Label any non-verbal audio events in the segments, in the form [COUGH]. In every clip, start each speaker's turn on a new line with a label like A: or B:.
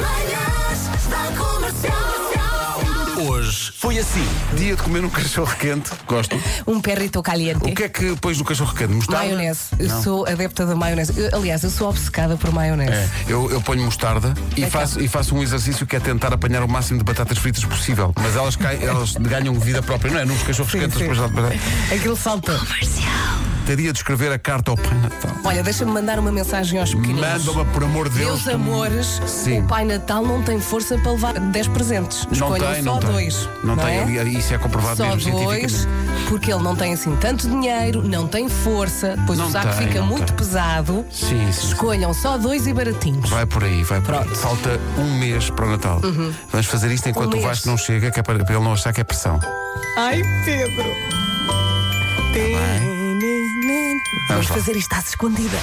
A: Manhãs da Comercial.
B: Hoje foi assim. Dia de comer um cachorro quente. Gosto.
C: Um perrito caliente.
B: O que é que pões no cachorro quente? Mostarda?
C: Maionese. Eu
B: Não.
C: sou adepta da maionese. Eu, aliás, eu sou obcecada por maionese.
B: É, eu, eu ponho mostarda e
C: Então.
B: faço, e faço um exercício que é tentar apanhar o máximo de batatas fritas possível. Mas elas,
C: [LAUGHS]
B: caem, elas ganham vida própria, não é? Nos cachorros
C: Sim,
B: quentes.
C: sim.
B: Depois já- É.
C: Aquilo salta.
B: Teria de escrever a carta ao Pai Natal.
C: Olha, deixa-me mandar uma mensagem aos pequeninos.
B: Manda-me, por amor de Deus.
C: Meus amores,
B: Sim.
C: o Pai Natal não tem força para levar 10 presentes.
B: Não
C: Escolham
B: tem,
C: só
B: não tem.
C: dois.
B: Não, tem.
C: é?
B: ali- Isso é comprovado
C: Só
B: mesmo
C: dois,
B: cientificamente.
C: porque ele não tem assim tanto dinheiro, não tem força, pois
B: Não
C: o saco
B: tem,
C: fica
B: não
C: muito
B: tem.
C: pesado.
B: Sim, sim, sim.
C: Escolham só dois e baratinhos.
B: Vai por aí, vai por aí.
C: Pronto. Uhum.
B: Falta um mês para o Natal. Vamos fazer isto enquanto
C: Um
B: o
C: mês.
B: Vasco não chega, que é para, para ele não achar que é pressão.
C: Ai, Pedro. né, Vamos
B: lá.
C: fazer isto às escondidas.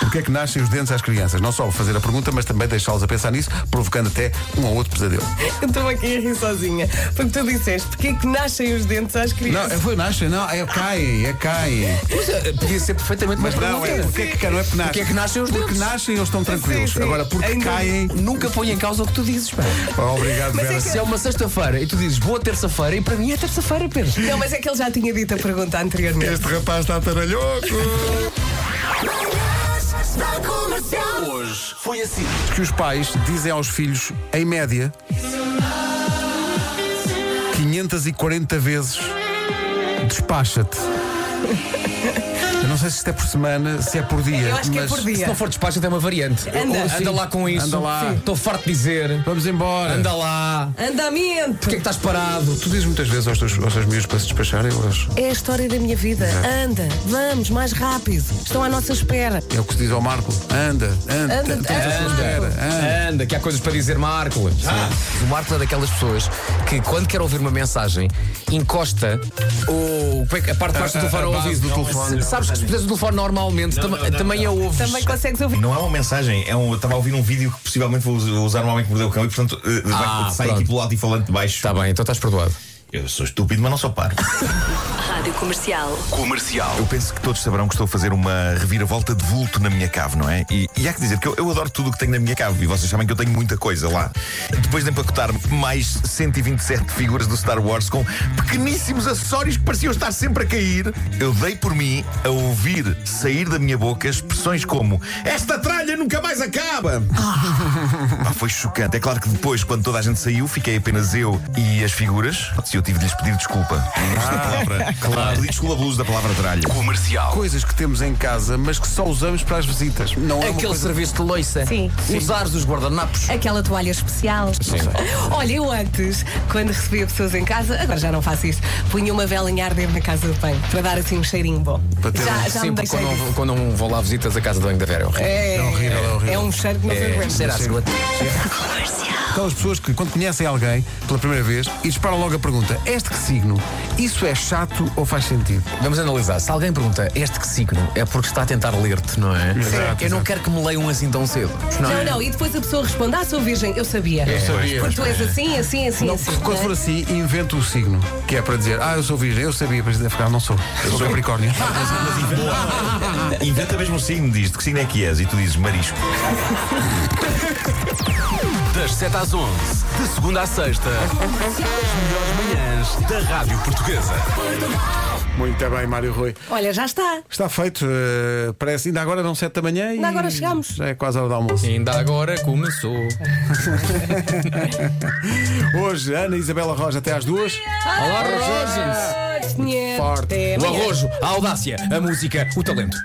B: Porquê é que nascem os dentes às crianças? Não só fazer a pergunta, mas também deixá-los a pensar nisso, provocando até um ou outro pesadelo.
C: Eu estou aqui a rir sozinha. Porque tu disseste, porque é que nascem os dentes às
B: Não,
C: crianças?
B: é foi nascem, não, é caem, é caem.
D: é, Podia ser perfeitamente
B: Mas
D: mais
B: não, é porque é que caem, não é porque nascem.
D: Porque é que nascem os
B: Porque
D: dentes.
B: nascem eles estão tranquilos.
C: Sim, sim.
B: Agora, porque
C: Ainda-
B: caem.
D: Nunca põe em causa o que tu dizes, pá.
B: Oh, obrigado, Vera.
D: Se é uma sexta-feira e tu dizes boa terça-feira, e para mim é terça-feira, Pedro.
C: Não, mas é que ele já tinha dito a pergunta anteriormente.
B: Este rapaz está taralhoco.
A: Manhãs da Comercial.
B: Hoje foi assim. Que os pais dizem aos filhos, em média, 540 vezes: despacha-te. Eu não sei se isto é por semana, se é por dia.
C: Eu acho que é
B: mas
C: por dia.
D: Se não for despacho, tem uma variante.
C: Anda.
D: Ou assim. anda lá com isso.
B: Anda lá.
D: Estou farto de dizer.
B: Vamos embora.
D: Anda lá.
C: Andamento!
D: Porquê é que estás parado?
B: Tu dizes muitas vezes aos teus, aos teus miúdos para se despacharem, eles-
C: É a história da minha vida. Anda, vamos, mais rápido. Estão à nossa espera.
B: é o que se diz ao Marco: anda, anda,
C: Anda,
B: estamos à sua
C: anda.
B: espera, anda.
D: Anda, que há coisas para dizer, Marco. Ah. O Marco é daquelas pessoas que, quando quer ouvir uma mensagem, encosta o, como é que- a parte de baixo
B: A-
D: do
B: a-
D: telefone
B: a
D: ao
B: base
D: ouvido.
B: do telefone.
D: Sabes que se puseres o telefone normalmente, tam- também a ouves.
C: Também consegues ouvir.
E: Não é uma mensagem, é um, eu estava a ouvir um vídeo que possivelmente vou us- vou usar um homem que mordeu o cão e portanto eh, vai-
D: Ah,
E: sai
D: pronto.
E: aqui pelo alto-falante de baixo.
D: Está bem, então estás perdoado.
E: Eu sou estúpido, mas não sou parvo.
F: Rádio Comercial.
E: Eu penso que todos saberão que estou a fazer uma reviravolta de vulto na minha cave, não é? E, e há que dizer que eu, eu adoro tudo o que tenho na minha cave e vocês sabem que eu tenho muita coisa lá. Depois de empacotar mais 127 figuras do Star Wars com pequeníssimos acessórios que pareciam estar sempre a cair, eu dei por mim a ouvir sair da minha boca expressões como Esta tralha nunca mais acaba! Pá, foi chocante. É claro que depois, quando toda a gente saiu, fiquei apenas eu e as figuras. Se eu tive de lhes pedir desculpa. Ah, claro. Pedi desculpa pelo uso da palavra tralha.
B: Coisas que temos em casa, mas que só usamos para as visitas. Não é uma
D: Aquele
B: coisa-
D: serviço de loiça.
C: Sim.
D: Usares os guardanapos.
C: Aquela toalha especial. Olha, eu antes, quando recebia pessoas em casa, agora já não faço isso, punha uma vela em arder na casa de banho, para dar assim um cheirinho bom.
B: Para ter
C: Já,
B: um-
C: já
D: Sim,
C: me
D: porque
C: deixei
D: quando,
C: disso.
D: não- quando não vou lá visitas a casa de banho da Vera. É,
C: É,
B: horrível, é horrível.
C: é um cheiro que não se
D: é,
C: aguenta.
D: cheira a segunda.
B: Aquelas pessoas que, quando conhecem alguém pela primeira vez, e disparam logo a pergunta: este que signo? Isso é chato ou faz sentido?
D: Vamos analisar. Se alguém pergunta este que signo, é porque está a tentar ler-te, não é?
B: Exato,
D: Eu não
B: exato.
D: quero que me leiam assim tão cedo. Não,
C: Não,
D: é?
C: não, e depois a pessoa responde, ah, sou virgem, eu sabia. Eu
B: sabia. é.
C: Porque tu és assim, assim, assim,
B: Não,
C: assim.
B: porque quando
C: não é?
B: for assim, invento o signo, que é para dizer, ah, eu sou virgem, eu sabia, mas deve ficar, não sou. Eu sou [LAUGHS] Capricórnio.
E: Inventa mesmo o signo, diz que signo é que és? E tu dizes marisco.
G: Das 7 às 11, de segunda à sexta, as melhores manhãs da Rádio Portuguesa.
B: Muito bem, Mário Rui.
C: Olha, já está.
B: Está feito, eh, parece, ainda agora não sete da manhã e.
C: Ainda agora chegamos.
B: Já é quase hora do almoço.
D: Ainda agora começou.
B: Hoje, Ana e Isabela Roja até às duas.
D: Olá, Rogens!
C: Ah, Dinheiro.
B: Forte.
C: Até
D: O
C: amanhã.
D: arrojo, a audácia, a música, o talento.